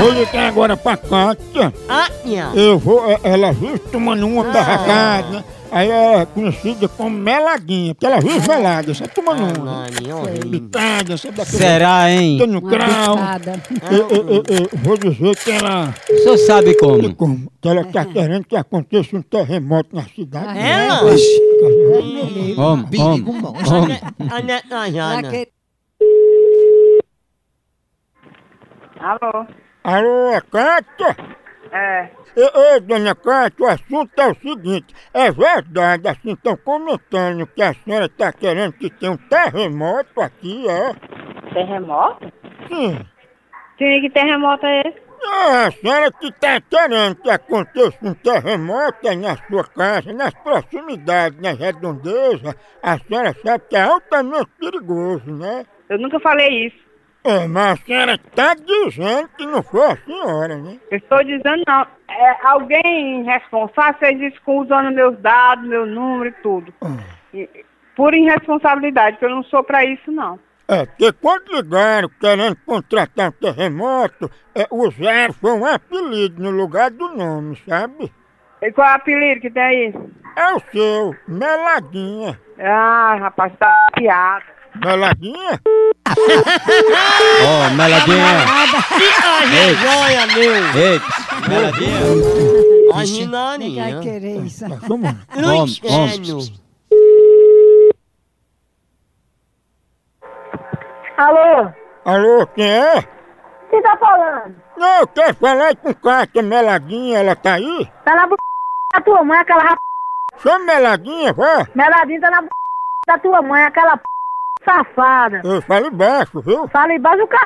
Vou ligar agora pra Kátia. Ah, minha. Eu vou, é- ela vive tomando uma Ah. barracada. Aí ela é conhecida como meladinha, porque ela vive melada, sempre tomando Ah, uma. mano, horrível. Bitada, sempre daquele... Será, hein? Tô no Uma grau. picada. Eu, eu- eu- eu vou dizer que ela... O senhor sabe como? Como? Que ela tá querendo que aconteça um terremoto na cidade. é Ela? Homem, homem, homem. é A Netanjana. Aquele- Alô? Alô, Cátia? É. Ei, ei, dona Cátia, o assunto é o seguinte. É verdade, assim, estão comentando que a senhora está querendo que tenha um terremoto aqui, é? Terremoto? Sim. Sim, que terremoto é esse? É, a senhora que está querendo que aconteça um terremoto aí na sua casa, nas proximidades, nas redondezas, a senhora sabe que é altamente perigoso, né? Eu nunca falei isso. É, mas a senhora está dizendo que não foi a senhora, né? Eu estou dizendo não. É, alguém responsável fez isso com- usando meus dados, meu número e tudo. E- por irresponsabilidade, porque eu não sou pra isso, não. É, porque quando ligaram querendo contratar um terremoto, é, usaram foi um apelido no lugar do nome, sabe? E qual é o apelido que tem aí? É o seu, Meladinha. Ah, rapaz, tá piada. Meladinha? Ó, meladinha. Que joia, meu. Ei, meladinha. A Ninguém vai Nilaninha. querer isso. Tá chamando. No Vamos, vamos. inferno. Alô? Alô, quem é? Quem tá falando? Não, eu quero falar com Cátia Meladinha, ela tá aí? Tá na b... da tua mãe, aquela rap... Chama Meladinha, vó. meladinha, tá na b... da tua mãe, aquela p... safada. Eu falo baixo, viu? Fala embaixo do c...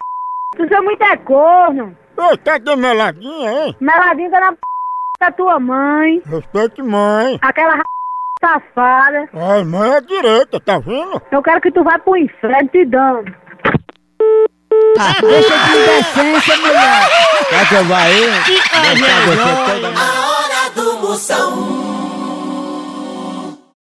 Tu sou muito é corno. Ô, cadê Meladinha, hein? Meladinha tá na p... da tua mãe, Respeite mãe. aquela r... safada. Ai, mãe é direita, tá vendo? Eu quero que tu vá pro inferno te dando. Deixa de indecência, mulher. Quer que eu vá aí? Que Deixar você joia. toda A hora do Moção.